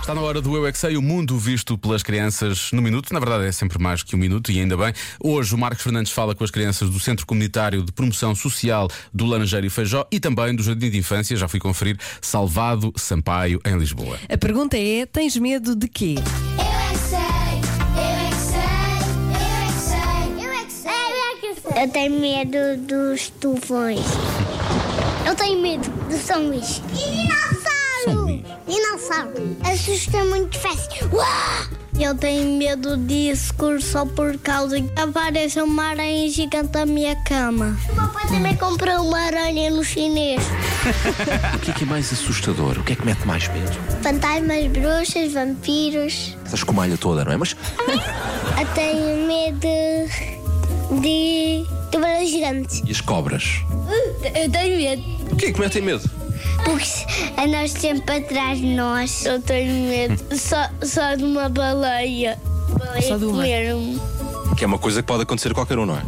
Está na hora do Eu é que Sei, o mundo visto pelas crianças no minuto. Na verdade, é sempre mais que um minuto e ainda bem. Hoje, o Marcos Fernandes fala com as crianças do Centro Comunitário de Promoção Social do Laranjeiro e Feijó e também do Jardim de Infância, já fui conferir, Salvado Sampaio, em Lisboa. A pergunta é: tens medo de quê? Eu é que sei, eu é que sei, eu é que sei, eu é que sei, eu é que sei. Eu tenho medo dos tufões. Eu tenho medo do São Luís. E dinossauro? São Luís. Dinossauro. Assusta muito fácil. Uau! Eu tenho medo de escuro só por causa que aparece uma aranha gigante na minha cama. O papai também comprou uma aranha no chinês. O que é que é mais assustador? O que é que mete mais medo? Fantasmas, bruxas, vampiros. Estás com malha toda, não é? Mas Eu tenho medo de tubarões gigantes. e as cobras? Eu tenho medo. O que é que metem medo? Porque andamos sempre atrás de nós. Eu tenho medo só, só de uma baleia. Baleia Só de uma? comer-me. Que é uma coisa que pode acontecer a qualquer um, não é?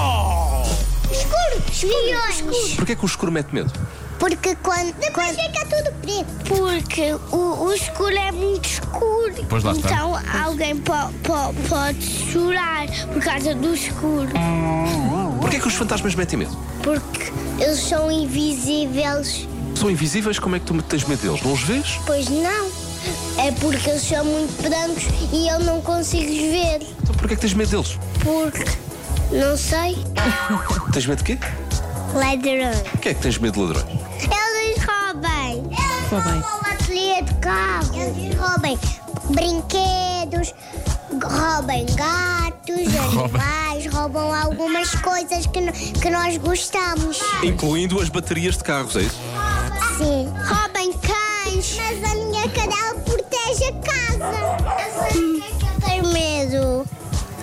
Oh! Escuro, milhões. Porquê é que o escuro mete medo? Porque quando. Depois fica é tudo preto. Porque o, o escuro é muito escuro. Pois lá está. Então alguém po- po- pode chorar por causa do escuro. Porquê é que os fantasmas metem medo? Porque eles são invisíveis. São invisíveis, como é que tu tens medo deles? Não os vês? Pois não. É porque eles são muito brancos e eu não consigo ver. Então porquê é que tens medo deles? Porque. Não sei. Tens medo de quê? Ladrões. Porquê é que tens medo de ladrões? Eles roubam. Eles Roubem. roubam bateria de carro. Eles roubam brinquedos, roubam gatos, animais, roubam algumas coisas que, no- que nós gostamos. Incluindo as baterias de carros, é isso? Sim. Roubam cães. Mas a minha cadela protege a casa. Eu sei que eu tenho medo.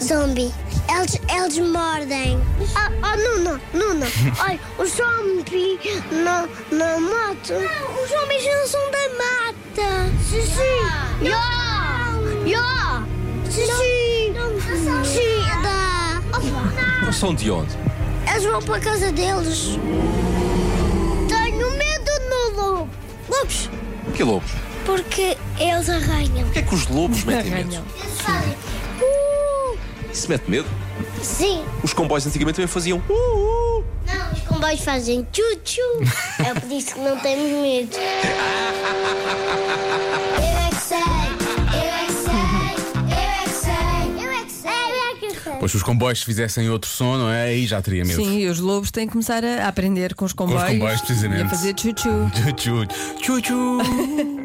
Zombi. Eles, eles mordem. Oh, oh Nuno, Nuno, olha, o zombi não, não mata. Não, os zombies não são da mata. Sim, sim. Não. Não. Sim, sim. Sim, dá. Não são de onde? Eles vão para a casa deles. Tenho medo no lobo. Lobos, Que lobos? porque eles arranham. Porquê é que os lobos metem medo? Uh, Isso mete medo? sim. Os comboios antigamente também faziam. Uh, uh. Não, os comboios fazem tchu-tchu. É por isso que não temos medo. Eu é que sei, eu é que sei, eu é que sei, eu é que sei, eu é que sei. Pois se os comboios fizessem outro som, não é? Aí já teria medo. Sim, e os lobos têm que começar a aprender com os comboios, comboios, precisamente. e a fazer chuchu. Tchu, tchu, tchu, tchu.